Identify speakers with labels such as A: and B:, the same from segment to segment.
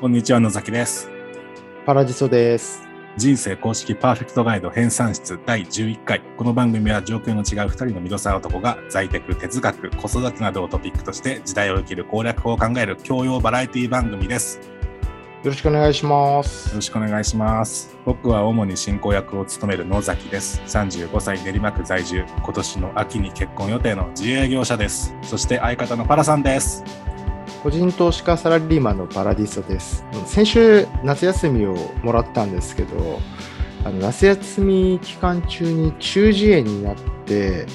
A: こんにちは、野崎です。
B: パラジソです。
A: 人生公式パーフェクトガイド編纂室第11回。この番組は状況の違う2人のミドサー男が在宅、哲学、子育てなどをトピックとして時代を生きる攻略法を考える教養バラエティ番組です。よ
B: よろしくお願いします
A: ろ。しくお願いします。僕は主に進行役を務める野崎です。35歳練馬区在住。今年の秋に結婚予定の自営業者です。そして相方のパラさんです。
B: 個人投資家サラリーマンのパラディソです。先週、夏休みをもらったんですけど、あの夏休み期間中に中耳炎になって、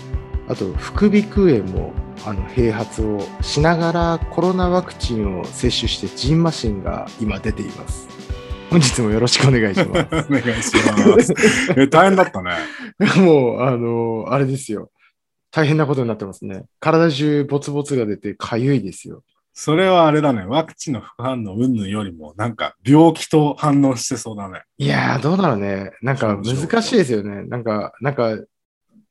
B: あと副鼻腔炎もあの併発をしながらコロナワクチンを接種してジンマシンが今出ています。本日もよろしくお願いしま
A: お願いし ます。え大変だったね。
B: す。 もう、あの、あれですよ。大変なことになってますね。体中ボツボツが出てかゆいですよ。
A: それはあれだね。ワクチンの副反応云々よりも、なんか病気と反応してそうだね。
B: いやー、どうだろうね。なんか
A: そうでしょう
B: 難しいですよね。なんか、なんか、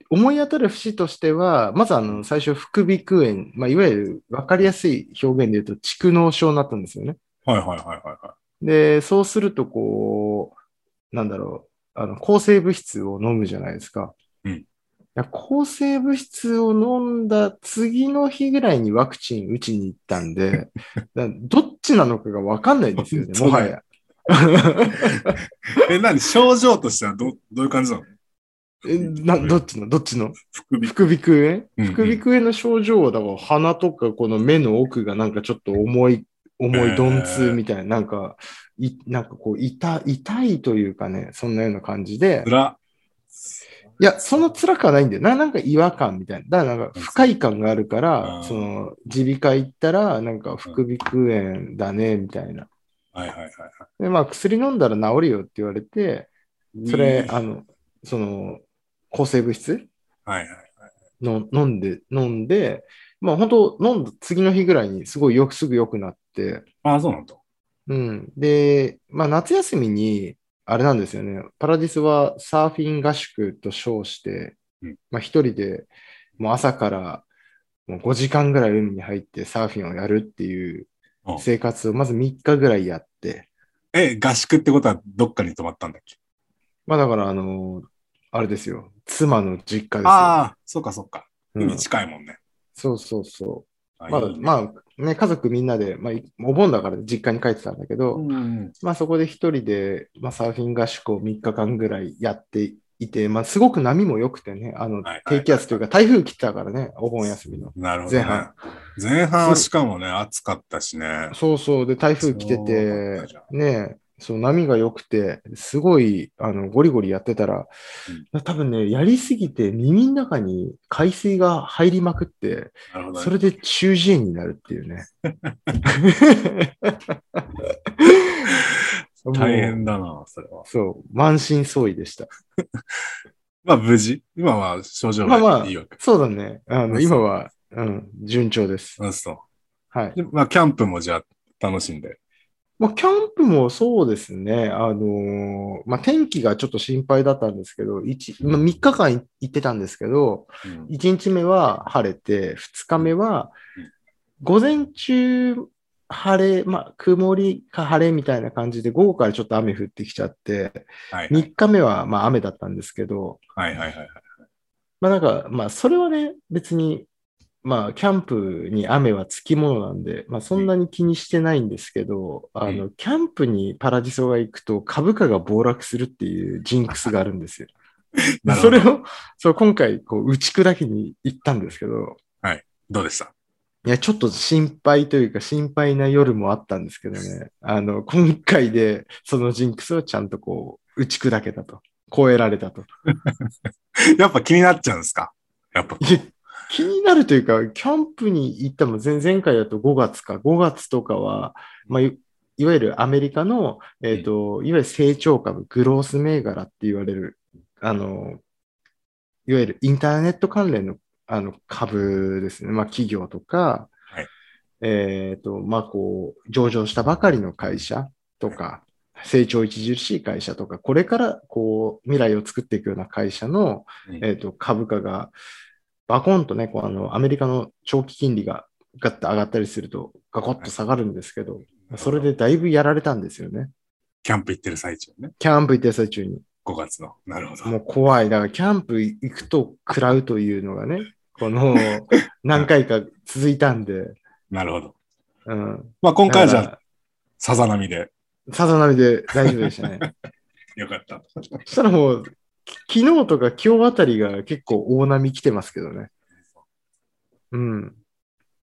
B: 思い当たる節としては、まずあの、最初、副鼻腔炎、まあ、いわゆる分かりやすい表現で言うと、蓄膿症になったんですよね。
A: はいはいはいはい。は
B: で、そうすると、こう、なんだろう、あの、抗生物質を飲むじゃないですか。
A: うん
B: いや抗生物質を飲んだ次の日ぐらいにワクチン打ちに行ったん で、だどっちなのかが分かんないんですよね、
A: 本
B: も
A: 当
B: は
A: だ
B: や。
A: いえ、何症状としてはどどういう感じなの
B: えなどっちのどっちの
A: 副鼻。
B: 副鼻腔
A: うんう
B: 炎
A: ん
B: 副鼻腔炎の症状は、だから鼻とかこの目の奥がなんかちょっと重い、重い鈍痛みたいな、なんか、いなんかこう痛、痛いというかね、そんなような感じで
A: つ、ら。
B: いや、その辛くはないんだよな、なんか違和感みたいな、だからなんか不快感があるか
A: うん
B: ら、その耳鼻科行ったら、なんか副鼻腔炎だね、みたいな。
A: はいはいはい。
B: で、まあ薬飲んだら治るよって言われて、それ、
A: は
B: あの、その、抗生物質
A: いはい。
B: の飲んで、飲んで、まあ本当飲んだ次の日ぐらいにすごいよく、すぐ良くなって、
A: ああ、そうなんだ。
B: うん。で、まあ夏休みに、あれなんですよね、パラディスはサーフィン合宿と称して
A: うん、
B: まあ一人でもう朝からもう5時間ぐらい海に入ってサーフィンをやるっていう
A: うん
B: 生活をまず3日ぐらいやって、
A: え、合宿ってことはどっかに泊まったんだっけ
B: まあだからあの、あれですよ、妻の実家ですよ。
A: ああ、そうかそうか。
B: うん
A: 海近いもんね。
B: そうそうそう。
A: あ
B: まだ、
A: いいね
B: まあ、ね、家族みんなで、まあ、いお盆だから実家に帰ってたんだけど、
A: うんうん
B: まあ、そこで一人で、まあ、サーフィン合宿を3日間ぐらいやっていて、まあ、すごく波も良くてね、あの
A: はいはい、
B: 低気圧というか、台風来てたからね、お盆休みの。
A: なるほどね。
B: 前半
A: 前半はしかもね、暑かったしね。
B: そうそう、で、台風来て
A: そうだった
B: て
A: じゃ、
B: ね、そう、波が良くて、すごい、あの、ゴリゴリやってたら、多分ね、やりすぎて耳の中に海水が入りまくって、
A: なるほどね。
B: それで中耳炎になるってい うね。
A: 大
B: もう。
A: 変だな、それは。
B: そう、満身創痍でした。
A: まあ、無事。今は症状
B: まあ
A: が
B: まあ
A: いいわけ。
B: そうだね。あ
A: あ
B: の今は、うん、順調です。
A: うん、そう。
B: はい。
A: でまあ、キャンプもじゃあ楽しんで。
B: まあ、キャンプもそうですね。あのーまあ、天気がちょっと心配だったんですけど、一まあ、3日間行ってたんですけど、1日目は晴れて、2日目は
A: うん、
B: 午前中、晴れ、まあ、曇りか晴れみたいな感じで、午後からちょっと雨降ってきちゃって、
A: はいはい
B: 3日目は、まあ、雨だったんですけど、
A: はいはいはい。
B: まあ、なんか、まあ、それはね、別に、まあ、キャンプに雨はつきものなんで、まあ、そんなに気にしてないんですけど、あの、キャンプにパラディソが行くと株価が暴落するっていうジンクスがあるんですよ。で
A: なるほど
B: それを、そう、今回、こう、打ち砕きに行ったんですけど、
A: どうでした
B: いや、ちょっと心配というか、心配な夜もあったんですけどね。あの、今回で、そのジンクスをちゃんとこう、打ち砕けたと。超えられたと。
A: やっぱ気になっちゃうんですかやっぱ。
B: いや気になるというか、キャンプに行ったも前、前回だと5月か、5月とかは、まあ、いいわゆるアメリカの、えっ、と、いわゆる成長株、グロース銘柄って言われる、あの、いわゆるインターネット関連のあの株ですね。まあ、企業とか、
A: はい
B: えっ、と、まあ、こう、上場したばかりの会社とか、成長著しい会社とか、これからこう未来を作っていくような会社の、
A: うん
B: えっと株価がバコンとね、こうあのアメリカの長期金利がガッと上がったりすると、ガコッと下がるんですけど、それでだいぶやられたんですよね。
A: キャンプ行ってる最中ね。
B: キャンプ行ってる最中に。
A: 5月の。なるほど。
B: もう怖い。だからキャンプ行くと食らうというのがね、この何回か続いたんで。
A: なるほど。
B: うん。
A: まあ今回はじゃ
B: だ
A: あ
B: か、
A: さざ波で
B: らさざ波で大丈夫でしたね。
A: よかった。
B: そしたらもう、き昨日とか今日あたりが結構大波来てますけどね。うん。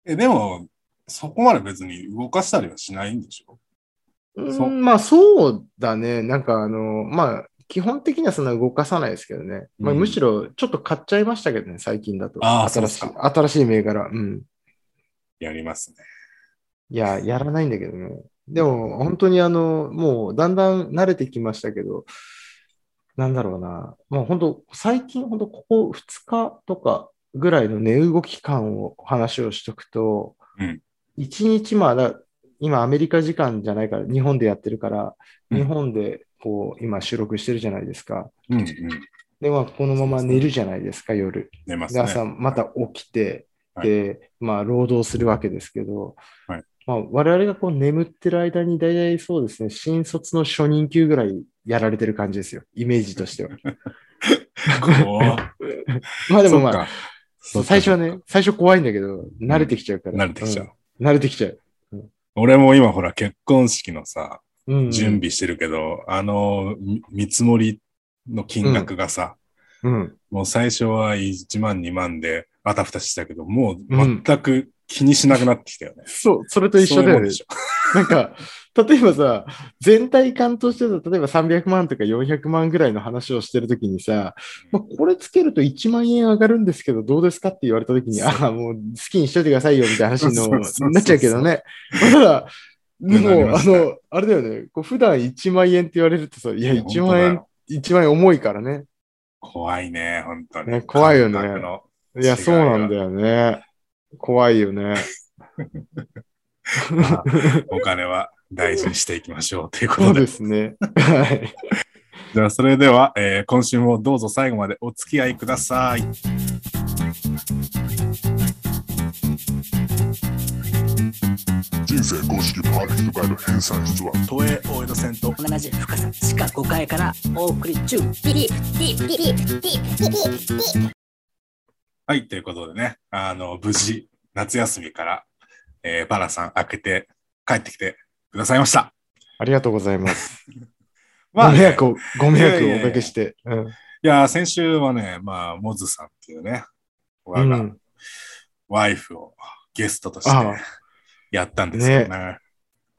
A: え、でも、そこまで別に動かしたりはしないんでしょ
B: う、
A: そうん
B: まあそうだね。なんかあの、まあ基本的にはそんな動かさないですけどね。まあ、
A: うん
B: むしろちょっと買っちゃいましたけどね、最近だと。
A: あー
B: 新
A: そ
B: し
A: う
B: い
A: で、
B: 新しい銘柄。うん。
A: やりますね。
B: いや、やらないんだけどね。でも、本当にあの、もうだんだん慣れてきましたけど、なんだろうな。もう本当、最近、本当、ここ2日とかぐらいの値動き感を話をしとくと、
A: うん
B: 一1日、まあだ、今アメリカ時間じゃないから、日本でやってるから、
A: うん
B: 日本でこう、今収録してるじゃないですか。
A: うんうん。
B: で、まあ、このまま寝るじゃないですか、夜。
A: 寝ます
B: で、
A: ね。
B: 朝また起きて、
A: はい
B: で、まあ、労働するわけですけど、
A: はい
B: まあ、我々がこう眠ってる間に、大体そうですね、新卒の初任給ぐらいやられてる感じですよ、イメージとして は。
A: おー
B: まあ でもま
A: そっ
B: あ、
A: かそっか
B: 最初はね、最初怖いんだけど、慣れてきちゃうから。
A: 慣れてきちゃう。
B: うん慣れてきちゃう。
A: 俺も今ほら結婚式のさ、
B: うん
A: 準備してるけど、あの、み見積もりの金額がさ、
B: うん。
A: もう最初は1万2万であたふたしてたけど、もう全く気にしなくなってきたよね。
B: そう、それと一
A: そ
B: 緒だ
A: ういうも
B: よ
A: ん
B: ね
A: で。しょ。
B: なんか、例えばさ、全体感としてだと、例えば300万とか400万ぐらいの話をしてるときにさ、まあ、これつけると1万円上がるんですけど、どうですかって言われたときに、
A: そう
B: ああ、もう好きにしといてくださいよ、みたいな話
A: そうそうそうそう
B: の、なっちゃうけどね。だから、で
A: なり
B: も、
A: ま
B: あ
A: した
B: の、あれだよね、こう普段1万円って言われるとさ、いや、
A: いや
B: 1万円、1万円重いからね。
A: 怖いね、本当に。
B: ね怖いよね
A: 感覚の
B: いや、そうなんだよね。怖いよね。
A: まあお金は大事にしていきましょうというこ
B: そ
A: と
B: う
A: で
B: で。す ね。はい。
A: じゃあ、それでは、えー今週もどうぞ最後までお付き合いください。
C: 人生公式パーフェクトガイド編纂室は
A: 都営大江戸線と
D: 同じ深さ地下5階からお送り中
A: はい、ということでね、あの、無事、夏休みから、えーバラさん開けて帰ってきてくださいました。
B: ありがとうございます。
A: まあ、
B: ご
A: ね、
B: 迷
A: い
B: 惑を、ご迷
A: い
B: 惑
A: やいや
B: を
A: いや
B: おかけして。うん
A: やー、先週はね、まあ、モズさんっていうね、我
B: う
A: が
B: ん、
A: ワイフをゲストとして
B: ああ
A: やったんですけどね。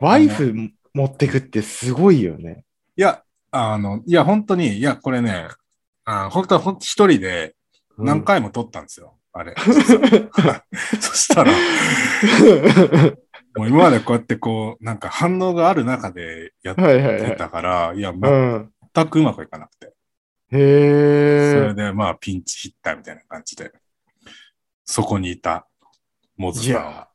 B: ワイフ持ってくってすごいよね。
A: いや、あの、いや、本当に、いや、これね、あ本当は本当一人で何回も撮ったんですよ、あれ。 そしたら、もう今までこうやってこう、なんか反応がある中でやっ
B: はいはいは
A: て
B: い。
A: たから、いや、
B: う
A: 全
B: ん、
A: くうまくいかなくて。そ
B: へ
A: れで、まあ、ピンチヒッターみたいな感じで、そこにいたモズ
B: い
A: さんは
B: や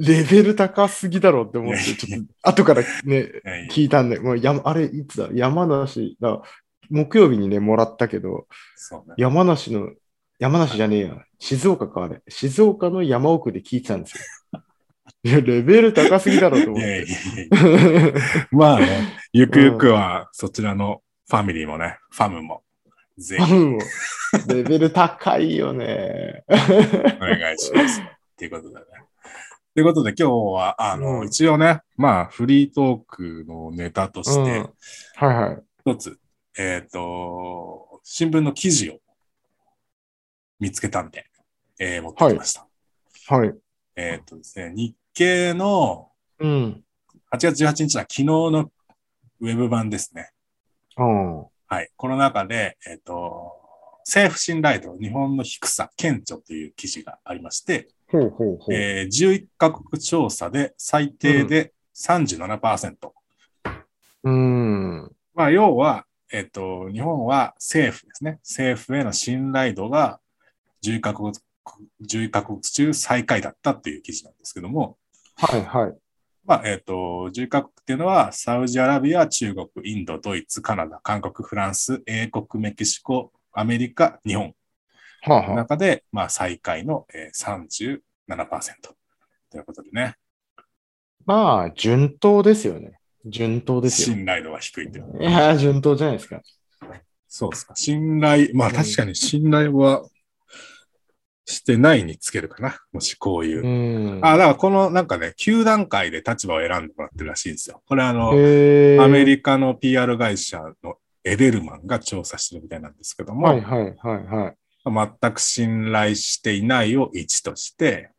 B: え。レベル高すぎだろうって思っ
A: いやい
B: て、
A: や
B: ちょっと後からね、
A: いやいや
B: 聞いたんで、もう山あれ、いつだ山梨だ、木曜日にね、もらったけど、
A: そうね。
B: 山梨の、山梨じゃねえや、静岡かあれ、静岡の山奥で聞いてたんです よ。いや、レベル高すぎだろうと思
A: い
B: っ
A: やいやい
B: て。
A: やいやまあね、ゆくゆくはそちらのファミリーもね、ファムも、ぜひ
B: うんレベル高いよね。
A: お願いします。っていうことだね。ということで今日は、あの、
B: うん
A: 一応ね、まあ、フリートークのネタとし
B: うん
A: て、
B: はいはい。
A: 一つ、えっ、と、新聞の記事を見つけたんで、えー持ってきました。
B: はい。
A: えっ、とですね、日経の
B: うん。
A: 8月18日は昨日のウェブ版ですね。
B: うん。
A: はい。この中で、えっ、と、政府信頼度、日本の低さ、顕著という記事がありまして、
B: ほうほうほう。
A: えー、11カ国調査で最低で37%。
B: うーん。
A: まあ、要は、えっと、日本は政府ですね。政府への信頼度が11カ国、11カ国中最下位だったっていう記事なんですけども、
B: はいはい。
A: まあ、えっと、10カ国っていうのは、サウジアラビア、中国、インド、ドイツ、カナダ、韓国、フランス、英国、メキシコ、アメリカ、日本
B: は
A: の
B: あはあ。
A: 中で、まあ、最下位のえー37%ということでね。
B: まあ、順当ですよね。順当ですよ。
A: 信頼度は低いって。
B: いやー、順当じゃないですか。
A: そうですか。信頼、まあ
B: うん
A: 確かに信頼はしてないにつけるかな。もしこういうう。
B: ん。
A: あ、だからこのなんかね、9段階で立場を選んでもらってるらしいんですよ。これあの、
B: へー
A: アメリカの PR 会社のエデルマンが調査してるみたいなんですけども、
B: はいはいはいはい。
A: 全く信頼していないを1として、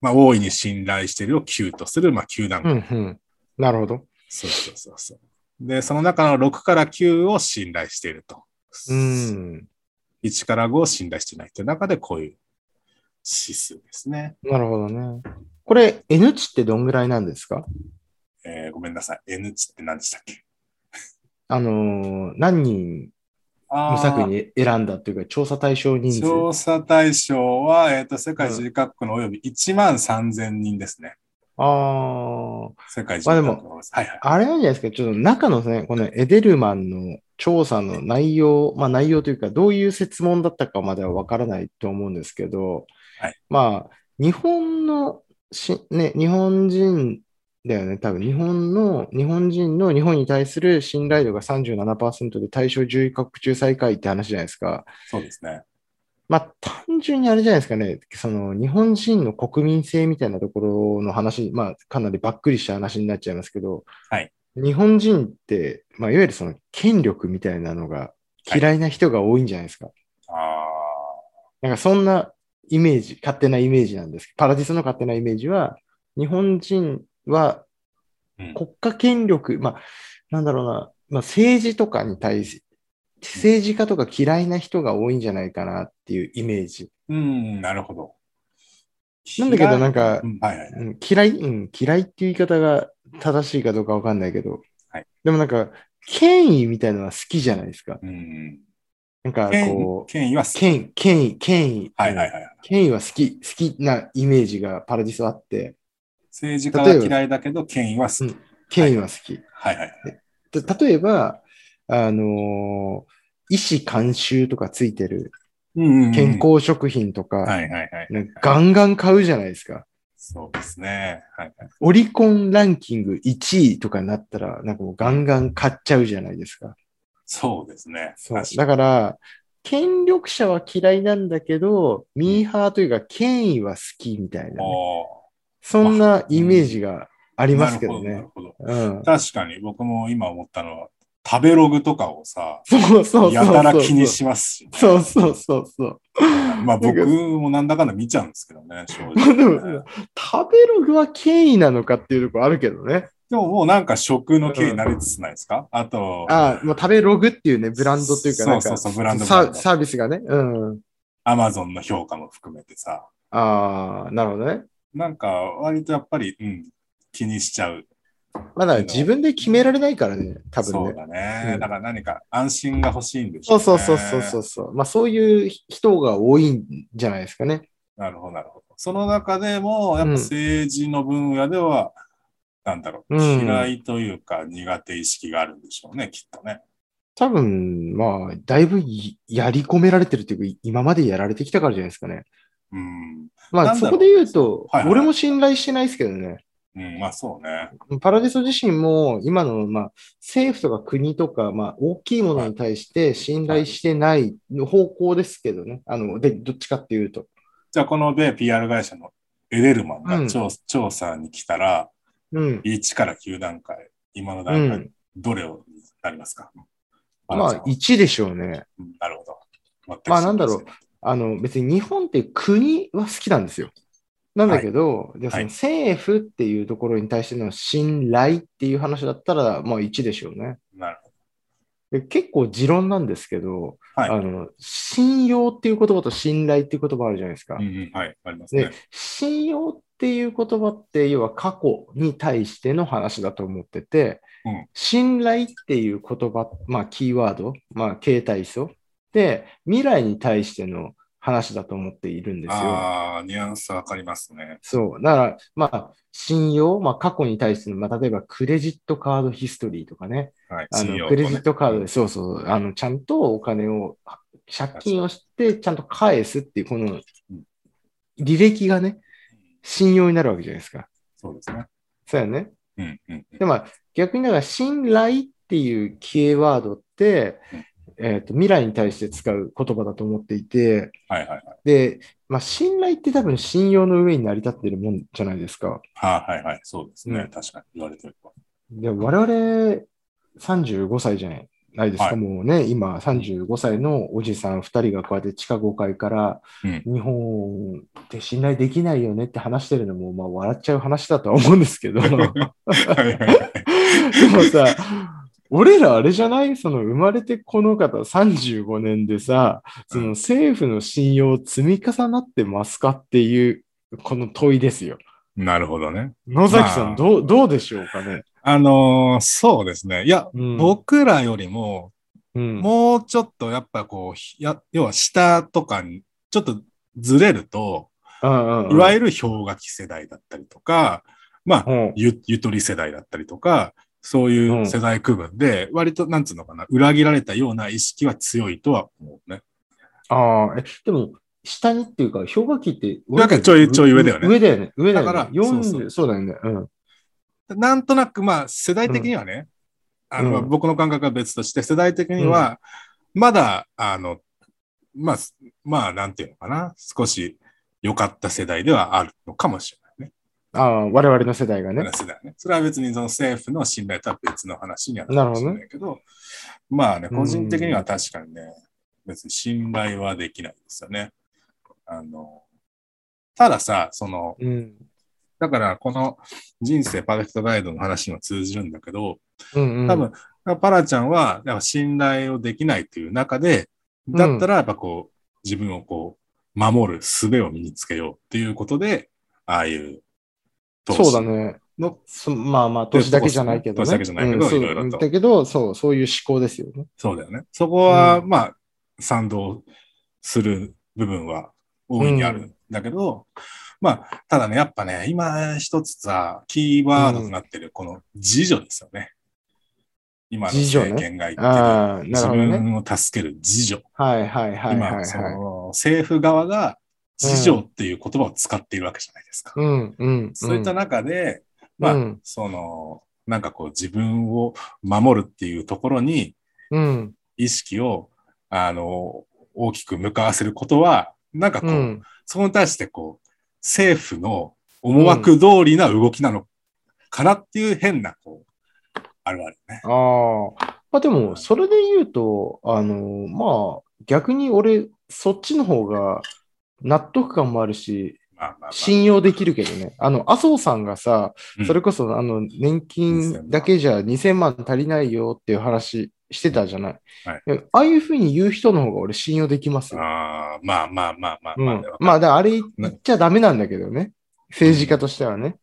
A: まあ大いに信頼してるを9とする、まあ9段
B: う
A: 階。
B: んうん。なるほど。
A: そうそうそうそう。で、その中の6から9を信頼していると。
B: うん。
A: 1から5を信頼してないという中で、こういう指数ですね。
B: なるほどね。これ、N 値ってどんぐらいなんですか
A: えーごめんなさい。N 値って何でしたっけ
B: あのー何人無作為に選んだっていうか、調査対象人数。
A: 調査対象は、えっ、と、世界中各国のおよび1万3000人ですね。
B: ああ、
A: 世界中
B: まあで
A: 各
B: も
A: 国の。はいはい。
B: あれなんじゃないですか、ちょっと中のね、このエデルマンの調査の内容、まあ内容というか、どういう設問だったかまではわからないと思うんですけど、
A: はい
B: まあ、日本のし、ね、日本人だよね、多分日本の、日本人の日本に対する信頼度が37%で、対象11カ国中最下位って話じゃないですか。
A: そうですね。
B: まあ、単純にあれじゃないですかね、その日本人の国民性みたいなところの話、まあ、かなりばっくりした話になっちゃいますけど、
A: はい
B: 日本人って、まあ、いわゆるその権力みたいなのが嫌いな人が多いんじゃないですか。
A: ああ、
B: なんかそんなイメージ、勝手なイメージなんですけど、パラディスの勝手なイメージは、日本人は
A: うん
B: 国家権力、まあ、なんだろうな、まあ、政治とかに対し、政治家とか嫌いな人が多いんじゃないかなっていうイメージ。
A: うん、なるほど。
B: なんだけどなんか
A: うんはいはい。
B: うん嫌い、うん、嫌いっていう言い方が正しいかどうかわかんないけど、
A: はい
B: でもなんか、権威みたいなのは好きじゃないですか。
A: うん。
B: なんか
A: 権
B: こう、
A: 権威は好き
B: 権威、権威、権威、
A: はいはいはい。
B: 権威は好き、好きなイメージがパラディスはあって、
A: 政治家は嫌いだけど、権威は好
B: う
A: き。
B: ん権威は好き。
A: はいはい。
B: で例えば、あのー医師監修とかついてる
A: うんうんうん
B: 健。康食品とか、
A: はいはいはい。
B: なんかガンガン買うじゃないですか。
A: そうですね。はいはい。
B: オリコンランキング1位とかになったら、なんかもうガンガン買っちゃうじゃないですか。
A: そうですね。
B: そう。
A: 確か
B: だから、権力者は嫌いなんだけど、ミーハーというか、権威は好きみたいなね、
A: にお
B: そんなイメージがあり
A: ー
B: ますけど
A: なる
B: ね。
A: ほど、なるほ
B: うん
A: ど。。確かに僕も今思ったのは、食べログとかをさ、
B: そうそうそうそう。
A: やたら気にしますしね、
B: そうそうそうそう。
A: まあ
B: なん
A: 僕
B: か
A: もなんだかんだ見ちゃうんですけどね、正
B: まあでも、
A: 直。
B: 食べログは権威なのかっていうところあるけどね。
A: でももうなんか食の系になりつつないですかあと、
B: ああ、もう食べログっていうね、ブランドというか、なん
A: そう
B: か、
A: そうそうブランドブラン
B: サ
A: ド
B: サービスがね。うん。
A: アマゾンの評価も含めてさ、
B: ああ、なるほどね。
A: なんか割とやっぱり、うん、気にしちゃう。
B: まだ自分で決められないからね、多分ね。
A: そうだね。
B: うん
A: だから何か安心が欲しいんでしょ
B: そうう
A: ね。
B: そうそうそうそうそう。まあそういう人が多いんじゃないですかね。
A: なるほど、なるほど。その中でも、やっぱ
B: うん
A: 政治の分野では、なんだろう、
B: うん
A: 嫌いというか苦手意識があるんでしょうね、きっとね。
B: 多分、まあ、だいぶいやり込められてるというか、今までやられてきたからじゃないですかね。
A: うん。
B: ま
A: なんだ
B: あそ
A: ろ
B: こ
A: う
B: で言うと、
A: はいはい
B: 俺も信頼してないですけどね。
A: うん、まあそうね。
B: パラディソ自身も今の、まあ、政府とか国とか、まあ大きいものに対して信頼してない方向ですけどね。あの、で、どっちかっていうと。
A: じゃあ、この米 PR 会社のエデルマン
B: う
A: が
B: ん
A: 調,、調査に来たら、
B: うん。
A: 1から9段階、今の
B: う
A: 段階、
B: ん。
A: どれをなりますか、
B: まあ1でしょうね。
A: うんなるほど。全く
B: まあなんだろう
A: そうですね
B: あの別に日本って国は好きなんですよ。なんだけど、でそ
A: はい
B: の政府っていうところに対しての信頼っていう話だったら、まあ1でしょうね。
A: なるほ
B: で結構持論なんですけど、
A: はい
B: あの、信用っていう言葉と信頼っていう言葉あるじゃないですか。
A: ど。うんうん、はい、ありますね
B: で。、信用っていう言葉って、要は過去に対しての話だと思ってて、
A: うん
B: 信頼っていう言葉、まあ、キーワード、まあ、形態素で、未来に対しての話だと思っているんですよ。
A: ああ、ニュアンスわかりますね。
B: そう。だから、まあ、信用、まあ、過去に対しての、まあ、例えば、クレジットカードヒストリーとかね、
A: はい、
B: あ
A: 信用
B: の、
A: と
B: ク
A: ね
B: レジットカードで、そうそう、あの、ちゃんとお金を、借金をして、ちゃんと返すっていう、この
A: うん、
B: 履歴がね、信用になるわけじゃないですか。
A: そうですね。
B: そうやね。
A: うんうんうん
B: でも逆にだから信頼っていうキーワードって、えっと未来に対して使う言葉だと思っていて、
A: はいはいはい。
B: で、まあ、信頼って多分信用の上に成り立ってるもんじゃないですか。
A: はいはいはい。そうですね。
B: うん
A: 確かに言われてるわ。
B: で我々35歳じゃないですか、
A: はい
B: もうね、今35歳のおじさん2人がこうやって地下5階から
A: うん
B: 日本って信頼できないよねって話してるのも、まあ、笑っちゃう話だとは思うんです けど。
A: はいはいはい。
B: でもさ、俺らあれじゃないその生まれてこの方35年でさ、その政府の信用積み重なってますかっていう、この問いですよ。
A: なるほどね。
B: 野崎さ
A: まあ
B: ん、どう、どうでしょうかね。
A: あのーそうですね。いや、
B: うん、
A: 僕らよりも、
B: うん、
A: もうちょっとやっぱこう、ひや要は下とかに、ちょっとずれると、
B: うん、
A: いわゆ
B: る、
A: る氷河期世代だったりとか、まあ、
B: うん、
A: ゆゆとり世代だったりとか、そういううん世代区分で、割と、なんつうのかな、裏切られたような意識は強いとは思うね。
B: ああ、え、でも、下にっていうか、氷河期って、
A: なんかちょいちょい上だよね
B: 上だよね。上だよね。
A: だから
B: 40
A: そうそう
B: そうだよね。うん。
A: なんとなく、まあ、世代的にはね、あの、
B: うん
A: 僕の感覚は別として、世代的には、まだ、あの、まあ、すまあ、なんていうのかな、少し良かった世代ではあるのかもしれないね。
B: ああ、我々の世代がね。
A: 話だよね。それは別にその政府の信頼とは別の話にはなるかもしれないけど、まあね、
B: うん
A: 個人的には確かにね、別に信頼はできないですよね。あの、たださ、その、
B: うん。
A: だからこの人生パーフェクトガイドの話にも通じるんだけど、
B: うん、うん。
A: 多分、パラちゃんはやっぱ信頼をできないという中で、だったらやっぱこう、自分をこう、守る術を身につけようっていうことで、ああいう投資
B: そうだね。
A: の
B: そまあまあ、年だけじゃないけどね。
A: 年だけじゃないけど
B: うんそう
A: いろいろと
B: だけど、そう、そういう思考ですよね。
A: そうだよね。そこは、
B: う
A: まあ、賛同する部分は大いにあるんだけど、まあ、ただね、やっぱね、今一つさ、キーワードとなってる、この自助ですよね。今の
B: 自助ね
A: 政権が言ってる、
B: ああ、なる
A: 自
B: ほどね。
A: 分を助ける自助。
B: はいはいはいはい、
A: 今、そ
B: はい。
A: の政府側が自助っていう言葉を使っているわけじゃないですか。
B: うんうん。
A: そういった中で、まあ、
B: うん
A: その、なんかこう自分を守るっていうところに、
B: うん。
A: 意識を、あの、大きく向かわせることは、なんかこ
B: う
A: う、
B: ん。
A: そこに対してこう、政府の思惑通りな動きなのかなっていう変な、こう、あるあるね。
B: ああ。まあでも、それで言うと、あの、まあ、逆に俺、そっちの方が納得感もあるし、
A: まあまあまあ。
B: 信用できるけどね。あの、麻生さんがさ
A: うん、
B: それこそ、あの、年金だけじゃ2000万足りないよっていう話してたじゃない。
A: はい
B: やああいうふうに言う人の方が俺信用できますよ。
A: あーまあまあまあまあ
B: う
A: まあ、
B: ん、まあ、だからあれ
A: ね
B: 言っちゃダメなんだけどね。政治家としてはね。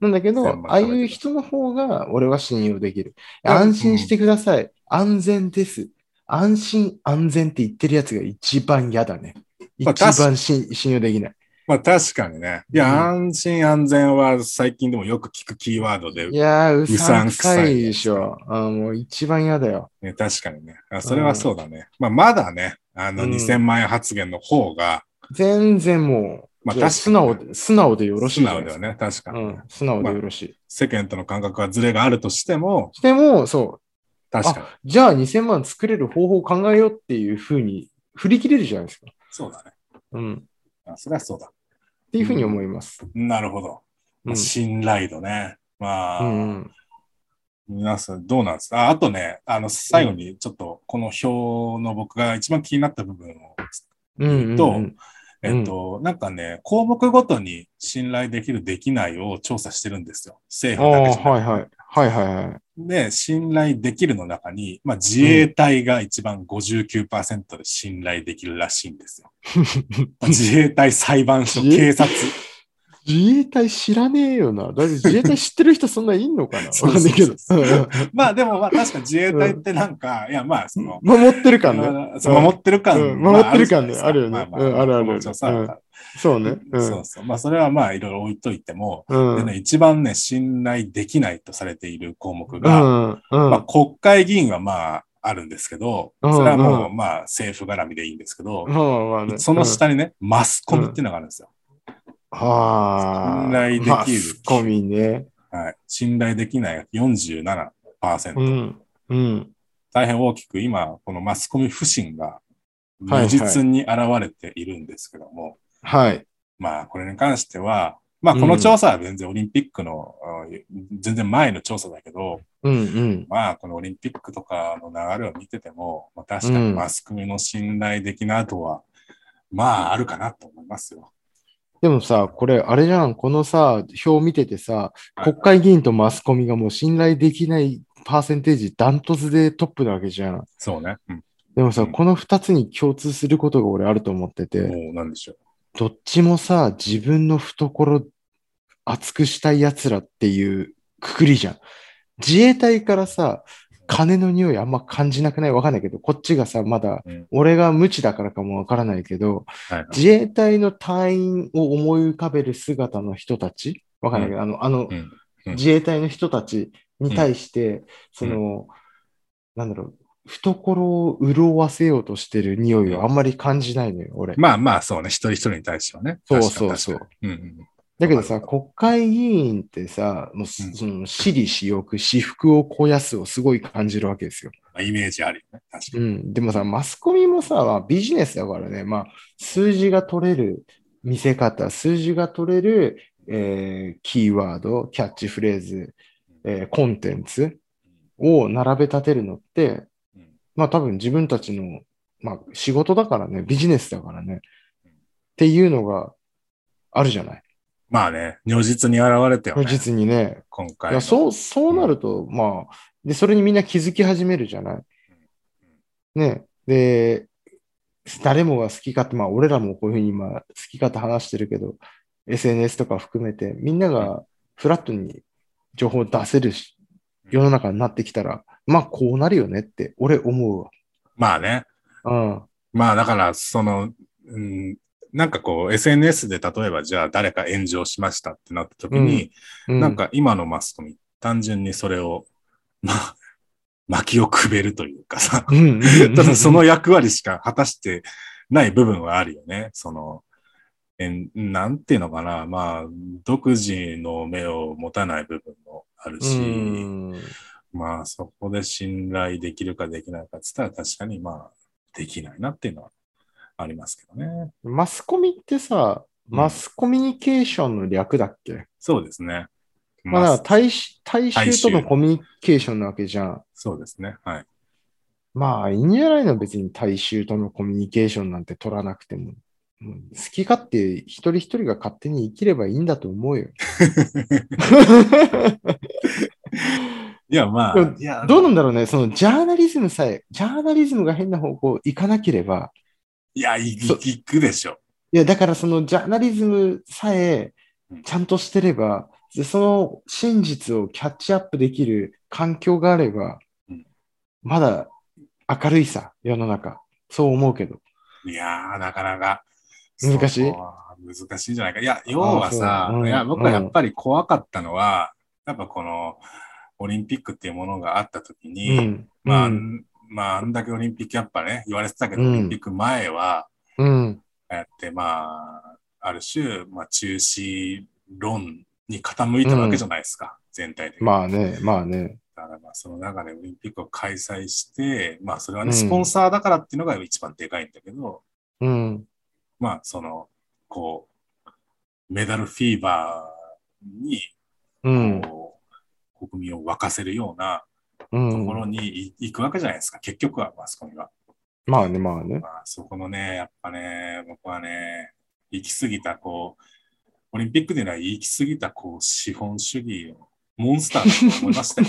B: なんだ
A: い
B: け
A: や
B: ど、
A: まあ
B: ああいう人の方が俺は信用できる。安心してください。安全です。安心、安全って言ってるやつが一番嫌だね。
A: まあ
B: 一番し信用できない。
A: まあ確かにね。いや、安心安全は最近でもよく聞くキーワードで
B: い、やー、うさん
A: うさん
B: く
A: くさ
B: さ
A: い
B: いでしょ。あーもう一番嫌だよ。
A: ね、確かにね。あそれはそうだね。まあまだね、あの
B: うん
A: 2000万円発言の方が、
B: 全然もう、
A: まあ
B: じゃあ
A: 確
B: 素
A: かに
B: 直で、素直でよろし
A: 素
B: いじゃな
A: 直
B: いで
A: だ
B: す
A: よね。確か
B: か。
A: にね、
B: うん、素直でよろしい。
A: 世間との感覚はズレがあるとしても、
B: しても、そう、
A: 確かに。
B: じゃあ2000万作れる方法を考えようっていうふうに振り切れるじゃないですか。
A: そうだね。
B: うん。っ
A: あそれはそうだ。
B: ていうふうに思います。
A: なるほど。
B: うん。
A: 信頼度ね。まあ、
B: うん
A: 皆さんどうなんですかああとね、あの、最後にちょっとこの表の僕が一番気になった部分を、
B: うん。
A: と
B: うん
A: えっと、なんかね、項目ごとに信頼できる、できないを調査してるんですよ。
B: あ
A: 政府だけじゃなくて
B: あ、はいはい。はいはいはい。
A: で、信頼できるの中に、まあ、自衛隊が一番59%で信頼できるらしいんですよ。自衛隊、裁判所、
B: 自
A: 警
B: 衛
A: 察。
B: 自衛隊知らねえよな。だって自衛隊知ってる人そんないんのか な
A: そう
B: わ
A: そ
B: か
A: うんそ
B: な
A: う
B: いけど。
A: まあでも、まあ確か自衛隊ってなんか、いやまあその、
B: 守ってる感ね。
A: あのそう守ってる感、
B: うん
A: ま
B: 守ってる感ね
A: じゃないですか
B: あるよねうんあるある
A: ままそう
B: うん
A: さ
B: そうね。うん。
A: そうそう。まあそれはまあいろいろ置いといても、
B: うん。う
A: で
B: ん。
A: ね、一番ね、信頼できないとされている項目
B: う
A: が、
B: ん。
A: まあ国会議員はまああるんですけど、それはも
B: う
A: うまあ政府絡みでいいんですけど、
B: まあまあまあね。
A: その
B: うん。
A: 下にね、マスコミっていうのがあるんですよ。
B: はあ。
A: 信頼できる
B: マスコミね。
A: はい、信頼できないが47%、
B: うん。うん。
A: 大変大きく今、このマスコミ不信が
B: は
A: 如
B: い
A: 実に現れているんですけども、
B: はい。
A: まあ、これに関しては、まあ、この調査は全然オリンピックの、うん全然前の調査だけど、
B: うんうん。
A: まあ、このオリンピックとかの流れを見てても、まあ、確かにマスコミの信頼的な後は、まあ、あるかなと思いますよ。
B: でもさ、これ、あれじゃん。このさ、表見ててさ、
A: はい
B: 国会議員とマスコミがもう信頼できないパーセンテージダントツでトップなわけじゃん。
A: そうね。うん。
B: でもさ、
A: うん
B: この二つに共通することが俺あると思ってて、
A: もう、なんでしょう。
B: どっちもさ、自分の懐厚くしたい奴らっていうくくりじゃん。自衛隊からさ、金の匂いあんま感じなくないわかんないけど、こっちがさ、まだ
A: うん、
B: 俺が無知だからかもわからないけど、
A: はい。
B: 自衛隊の隊員を思い浮かべる姿の人たち、わかんないけど、あの、あ
A: う
B: の、
A: んうん
B: 自衛隊の人たちに対して、その、なんだろう、懐を潤わせようとしてる匂いをあんまり感じないのよ、俺。
A: まあまあ、そうね。一人一人に対してはね。
B: そう
A: 確かに
B: そ
A: 確
B: う
A: かにうんうん。
B: だけどさ、
A: わか
B: 国会議員ってさ、もうす
A: うん
B: その私利私欲、私服を肥やすをすごい感じるわけですよ。
A: まあイメージあるよね。確か
B: う
A: に。
B: ん。でもさ、マスコミもさ、まあビジネスだからね、まあ、数字が取れる見せ方、数字が取れる、えーキーワード、キャッチフレーズ、えーコンテンツを並べ立てるのって、
A: うん
B: まあ多分自分たちの、まあ仕事だからね、ビジネスだからね、っていうのがあるじゃない。
A: まあね、如実に現れてよ
B: これ
A: ね。
B: 実にね、
A: 今回
B: い
A: の。
B: やそうそうなると、まあで、それにみんな気づき始めるじゃない。ね、で、誰もが好き勝手、まあ、俺らもこういうふうに今、好き勝手話してるけど、SNS とか含めて、みんながフラットに情報を出せるし世の中になってきたら、まあ、こうなるよねって、俺思
A: まあね。
B: うわ。
A: まあだから、その、うん、なんかこう、SNS で例えば、じゃあ誰か炎上しましたってなった時に、
B: うん。うん、
A: なん、か今のマスコミ、単純にそれを、 まあ、薪をくべるというかさ、
B: うん うんうん、
A: ただその役割しか果たしてない部分はあるよね。その、えんなんていうのかな、まあ、独自の目を持たない部分もあるし、
B: うん、
A: まあそこで信頼できるかできないかっつったら確かにまあできないなっていうのはありますけどね。
B: マスコミってさ、マスコミュニケーションの略だっけ、
A: そうですね。
B: まあ、
A: ま
B: だ
A: あ、
B: から大衆大
A: 大
B: 衆との
A: 衆
B: コミュニケーションなわけじゃん。
A: そうですね。はい。
B: まあ、いいんじゃないの別に大衆とのコミュニケーションなんて取らなくても。うん好き勝手、一人一人が勝手に生きればいいんだと思 うよ。
A: いや、ま
B: でも
A: あ、いや
B: どうなんだろうねそのジャーナリズムさえ、ジャーナリズムが変な方向行かなければ、
A: いや、い
B: そう
A: 行くでしょ。
B: いや、だからそのジャーナリズムさえちゃんとしてれば、でその真実をキャッチアップできる環境があれば
A: うん、
B: まだ明るいさ、世の中。そう思うけど。
A: いやー、なかなか。
B: 難しい
A: そこは難しいんじゃないか。いや、要はさ
B: あ、そううん
A: いや、僕はやっぱり怖かったのは、やっぱこの、オリンピックっていうものがあった時に、
B: うん。
A: まあ、
B: うん。
A: まあ、あんだけオリンピックやっぱね、言われてたけど、
B: うん
A: オリンピック前は、
B: うん。
A: ああやって、まあ、ある種、まあ、中止論に傾いたわけじゃないですか、全体的に。
B: まあね、まあね。
A: だから、まあ、その中でオリンピックを開催して、まあ、それはね、
B: うん
A: スポンサーだからっていうのが一番でかいんだけど、
B: うん。
A: まあ、その、こう、メダルフィーバーに、
B: うん。
A: こう、国民を沸かせるような
B: う
A: ところ
B: ん。
A: にい行くわけじゃないですか、結局は、マスコミは。
B: まあね、まあね。
A: まあ、そこのね、やっぱね、僕はね、行き過ぎた、こう、オリンピックでのは行き過ぎた、こう、資本主義を、モンスターだと思いましたよ。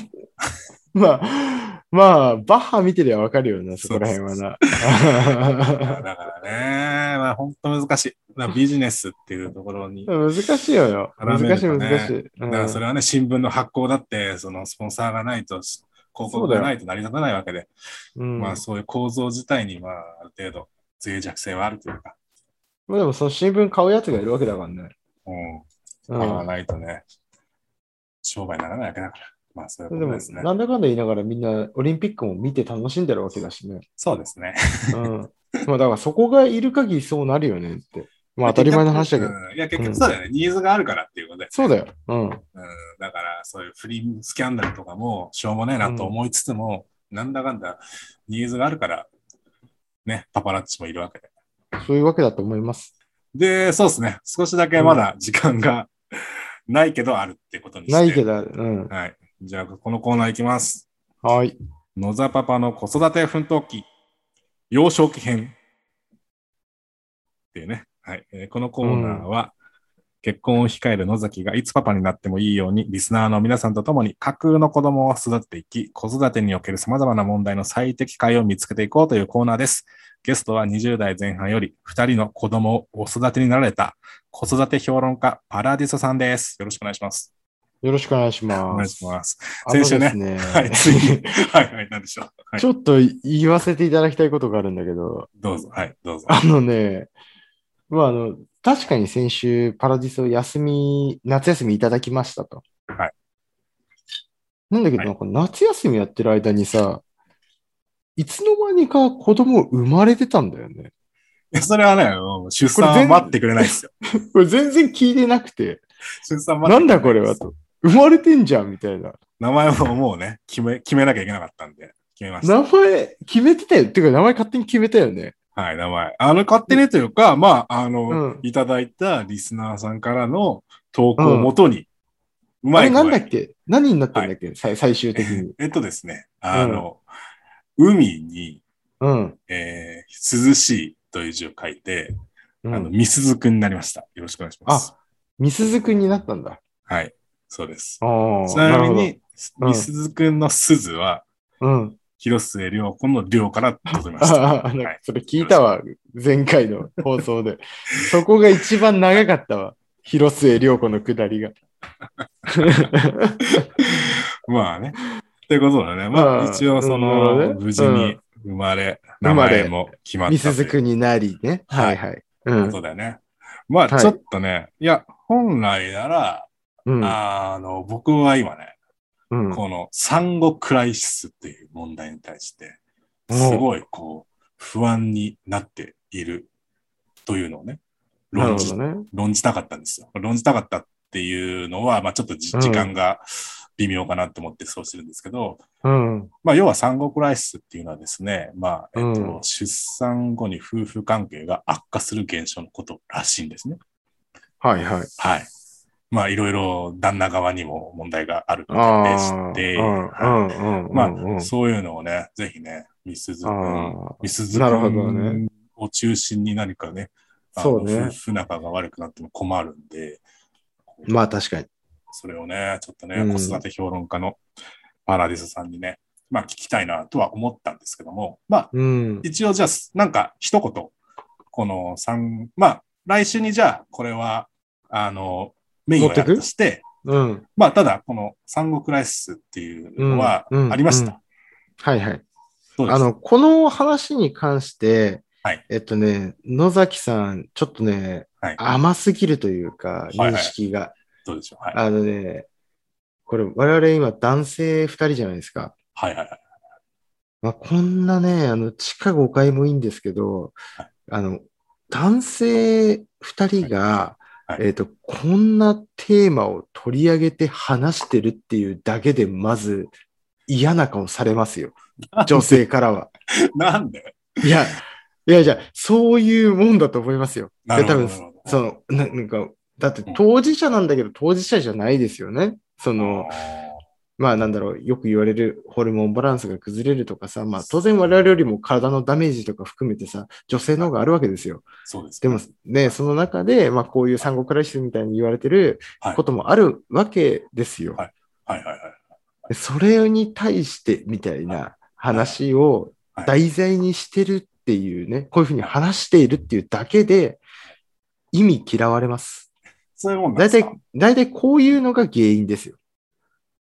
B: まあ、まあ、バッハ見てりゃわかるよな、そこら辺はな。
A: だからね、まあ、本当難しい。だからビジネスっていうところに。だ
B: 難しいよよ。難しい、難しい。う
A: からそ
B: ん
A: れはね、新聞の発行だって、そのスポンサーがないと、し広告がないと成り立たないわけで、
B: うん
A: まあ、そういう構造自体に、まあ、ある程度、脆弱性はあるというか、
B: まあでも、その新聞買うやつがいるわけだからね。
A: うん、
B: う
A: パワー
B: ん
A: ないとね、商売にならないわけだから。まあ、そういうこ
B: で
A: と
B: も
A: ですね、。
B: なんだかんだ言いながらみんなオリンピックも見て楽しんでるわけだしね。
A: そうですね。
B: うん。まあだからそこがいる限りそうなるよねって。まあ当たり前の話だけど。
A: うんいや、 結局そうだよね。ニーズがあるからっていうことで。
B: そうだよ。うん。
A: うん、だから、そういう不倫スキャンダルとかも、しょうもないなと思いつつも、なんだかんだ、ニーズがあるから、ね、パパラッチもいるわけで。
B: そういうわけだと思います。
A: で、そうですね。少しだけまだ時間がないけどあるってことにして。
B: ないけど、うん。
A: はい。じゃあ、このコーナーいきます。
B: はい。
A: 野田パパの子育て奮闘記、幼少期編。っていうね。はい。えーこのコーナーは、結婚を控える野崎がいつパパになってもいいように、リスナーの皆さんと共に架空の子供を育てていき、子育てにおける様々な問題の最適解を見つけていこうというコーナーです。ゲストは20代前半より2人の子供をお育てになられた子育て評論家パラディソさんです。よろしくお願いします。
B: よろしくお願いします。
A: お願いします。
B: あのです
A: 先週
B: ね。
A: はい、つい に。はい、はい、なんでしょう。はい
B: ち、ょっと言わせていただきたいことがあるんだけど、
A: どうぞ。はい、どうぞ。
B: あのね、まああの、確かに先週パラディスを休み、夏休みいただきましたと。
A: はい。
B: なんだけど、
A: はい
B: なんか夏休みやってる間にさ、いつの間にか子供生まれてたんだよね。
A: いやそれはね、もう出産
B: これ
A: は
B: 全
A: 待ってくれないですよ。
B: これ全然聞いてなくて、
A: 出産は
B: な
A: 待っ
B: ん
A: て
B: だ
A: く
B: これ
A: ない
B: は
A: です
B: と。生まれてんじゃんみたいな。
A: 名前ももうね、決め、決めなきゃいけなかったんで、決めました。
B: 名前決めてたよ。っていうか名前勝手に決めたよね。
A: はい、名前。あの、勝手にというか、まあ、あの、
B: うん
A: いただいたリスナーさんからの投稿をもとに、う
B: あ
A: ま
B: れ
A: い具
B: な
A: 合に
B: んだっけ何になったんだっけ、さい最終的に。
A: えっとですね、あの、海に、
B: うん。
A: えー涼しいという字を書いて、
B: うん
A: あの、みすずくんになりました。よろしくお願いします。
B: みすずくんになったんだ。
A: はい、そうです。
B: ああ。
A: ちなみ
B: る
A: に、
B: うん
A: みすずくんの鈴は、
B: ほど。うん。
A: 広末涼子の涼から取りました。
B: ああ、なん
A: は
B: か
A: い
B: それ聞いたわ。前回の放 送で。そこが一番長かったわ。広末涼子のくだ りが。
A: まあね。ということだね。ま
B: う
A: あ
B: ん
A: 一応そ
B: うんなる
A: の、
B: ほどね
A: 無事に生まれ、
B: うん
A: 名前も決まった。
B: みすずく
A: に。
B: になりね。はいはい。う
A: こ
B: ん。
A: とだよね。ま
B: は
A: あ
B: い
A: ちょっとね、いや、本来なら、
B: うん。
A: あの、僕は今ね、
B: うん。
A: この産後クライシスっていう問題に対して、
B: うん
A: すごいこう、不安になっているというのをね、
B: なる
A: 論
B: ほ
A: じ
B: どね。
A: 論じたかったんですよ。論じたかったっていうのは、まあちょっとじ
B: うん
A: 時間が微妙かなって思ってそうしてるんですけど、
B: うん。
A: まあ要は産後クライシスっていうのはですね、まあ、えっと、
B: うん
A: 出産後に夫婦関係が悪化する現象のことらしいんですね。
B: はいはい。
A: はい。まあいろいろ旦那側にも問題があるみ
B: あ
A: たいで
B: あ
A: し。て、
B: うん
A: は
B: うんうんうん。
A: まあ
B: うん
A: いそういうのをね、ぜひね、みすず君、
B: あ
A: みすず
B: なるほどね
A: 君を中心に何かね、あの
B: そうね
A: 夫婦仲が悪くなっても困るんで、
B: ーまあ確かに。
A: それをね、ちょっとね、
B: うん
A: 子育て評論家のパラディスさんにね、まあ聞きたいなとは思ったんですけども、まあ
B: うん。
A: 一応じゃあ、なんか一言、この三まあ来週にじゃあこれは、あの、メインをやるとして、
B: うん。
A: まあただこの産後クライシスっていうのは
B: うんうん
A: ありました。
B: はいはい。
A: どうで
B: あ
A: す
B: の、この話に関して、
A: はい
B: えっとね、野崎さん、ちょっとね、
A: はい
B: 甘すぎるというか、
A: いはい
B: 認識が。
A: どうでしょうはい
B: あのね、これ、我々今、男性2人じゃないですか。
A: はいはいはい。
B: まあ、こんなね、あの、地下5階もいいんですけど
A: はい、
B: あの、男性2人
A: は
B: が、
A: いはい
B: えっと、こんなテーマを取り上げて話してるっていうだけで、まず嫌な顔されますよ。女性からは。
A: なんで
B: いや、いやじゃそういうもんだと思いますよ。
A: なるほど
B: で
A: な
B: 多
A: るほ
B: 分
A: ど。
B: そのな、なんか、だって当事者なんだけど、当事者じゃないですよね。その、まあなんだろう、よく言われるホルモンバランスが崩れるとかさ、まあ当然我々よりも体のダメージとか含めてさ、女性の方があるわけですよ。
A: そうです
B: で
A: ね。
B: もね、その中で、まあこういう産後クライシスみたいに言われてる
A: はい
B: こともあるわけですよ。
A: はいはいはい。
B: でそれに対してみたいな話を
A: はい
B: 題材にしてるっていうね、こういうふうに話しているっていうだけで意味嫌われます。
A: そういうもんなんで
B: 大
A: す
B: 体
A: か、
B: 大体こういうのが原因ですよ。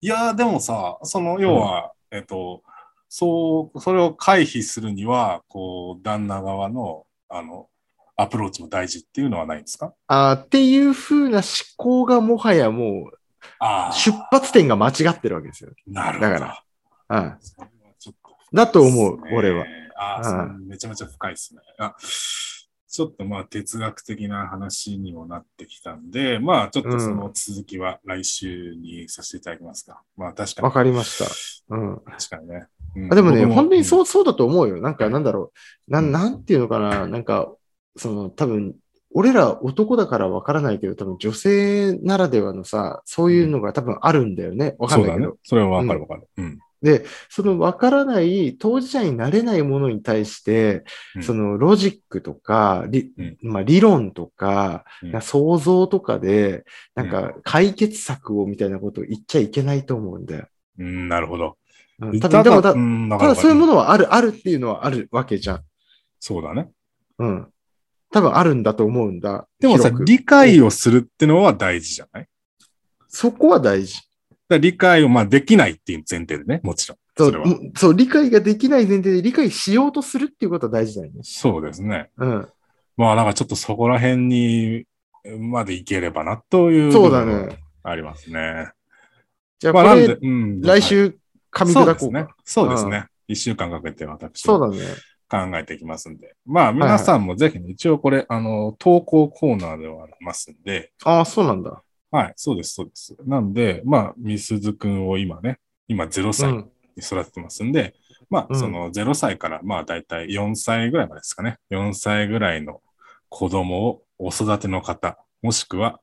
A: いやーでもさ、その要は、えっと、そう、それを回避するには、こう、旦那側の、あの、アプローチも大事っていうのはないんですか
B: あーっていうふうな思考がもはやもう
A: ああ、
B: 出発点が間違ってるわけですよ。
A: なるほど。
B: だからうん、
A: それはちょっと
B: だと思う、俺は。。
A: ああ、
B: うん
A: それめちゃめちゃ深いですね。あちょっとまあ哲学的な話にもなってきたんで、まあちょっとその続きは来週にさせていただきますか。まあ確かに。
B: わかりました。うん。
A: 確かにね。うん
B: あでもね、
A: 僕
B: 本当にそうう、そうだと思うよ。なんか、なんだろう。なん、なんていうのかな。なんか、その、多分、俺ら男だからわからないけど、多分女性ならではのさ、そういうのが多分あるんだよね。わ
A: ん
B: かんない
A: そう
B: け
A: だ
B: ど。
A: ね。それはわかるわかる。うん。
B: で、そのわからない、当事者になれないものに対して、
A: うん
B: そのロジックとか、り
A: うん
B: まあ、理論とか、
A: うん
B: な想像とかで、なんか解決策をみたいなことを言っちゃいけないと思うんだよ。
A: うん、なるほど。
B: うん、多分でもだ、
A: うんわかる
B: ただ
A: わかる
B: そういうものはある、あるっていうのはあるわけじゃん。
A: そうだね。
B: うん。多分あるんだと思うんだ。
A: でもさ、
B: 広く
A: 理解をするってのは大事じゃないだか
B: そこは大事。
A: ら理解をまあできないっていう前提でね、もちろん。
B: そ
A: そうれは
B: もうそう、理解ができない前提で理解しようとするっていうことは大事だよね。
A: そうですね。
B: うん。
A: まあなんかちょっとそこら辺にまでいければなという。
B: そうだ。ね。
A: ありますね。
B: じゃあ、
A: まあ
B: こ
A: なん
B: れ、
A: で、うん。
B: 来週、噛み砕こう
A: そう
B: か。
A: ですね。そうですね。一週間かけて私
B: そう
A: は
B: だね。
A: 考えていきますんで。まあ皆さんもぜひね、一応これ、あの、投稿コーナーではありますんで、
B: ああ、そうなんだ。
A: はい、そうです、そうです。なんで、まあ、みすずくんを今ね、今0
B: う
A: 歳に
B: ん。
A: 育ててますんで、ま
B: う
A: あ、
B: ん
A: その0歳から、まあ、だいたい4歳ぐらいまでですかね。4歳ぐらいの子供をお育ての方、もしくは、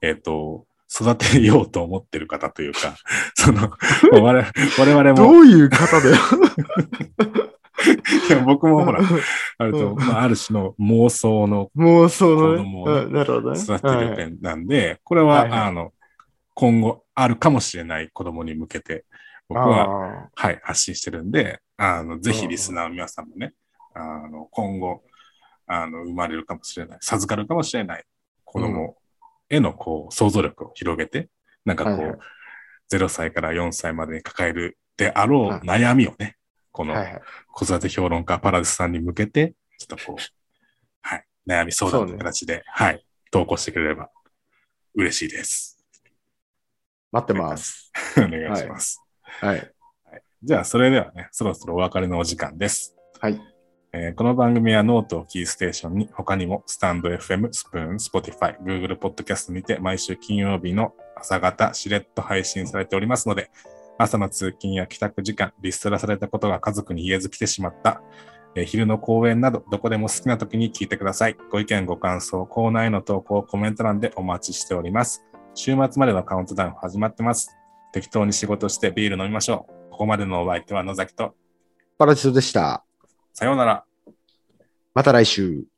A: えっ、と、育てようと思ってる方というか、 そ の、我々我々も
B: ど、ういう方だよ。
A: いや 僕もほら、あると、
B: うん
A: まあ、ある種の妄想の
B: もうその
A: 子
B: ね
A: 供をね
B: うん、なるほどね。
A: 育てる
B: はい
A: 点なんで、これは、
B: はいはい
A: あの、今後あるかもしれない子供に向けて、僕は、
B: あ
A: はい、発信してるんで、あの、ぜひリスナーの皆さんもね、あの、今後、あの、生まれるかもしれない、授かるかもしれない子供への、こう、想像力を広げて、なんかこう、
B: はいはい
A: 0歳から4歳までに抱えるであろ
B: はいう
A: 悩みをね、こ
B: あ
A: の
B: はいはい。
A: 子育て評論家パラデスさんに向けて、ちょっとこう、はい、悩み相談
B: そう
A: の
B: ね
A: 形で、はい、投稿してくれれば嬉しいです。
B: 待ってます。
A: お願いします。
B: はい。
A: じゃあ、それではね、そろそろお別れのお時間です。
B: はい。
A: えーこの番組はノートをキーステーションに他にもスタンド FM、スプーン、Spotify、Google ポッドキャストにて毎週金曜日の朝方しれっと配信されておりますので、朝の通勤や帰宅時間、リストラされたことが家族に言えず来てしまった、えー昼の公演などどこでも好きな時に聞いてください。ご意見、ご感想、コーナーへの投稿、コメント欄でお待ちしております。週末までのカウントダウン始まってます。適当に仕事してビール飲みましょう。ここまでのお相手は野崎と、
B: パラディスでした。
A: さようなら。
B: また来週。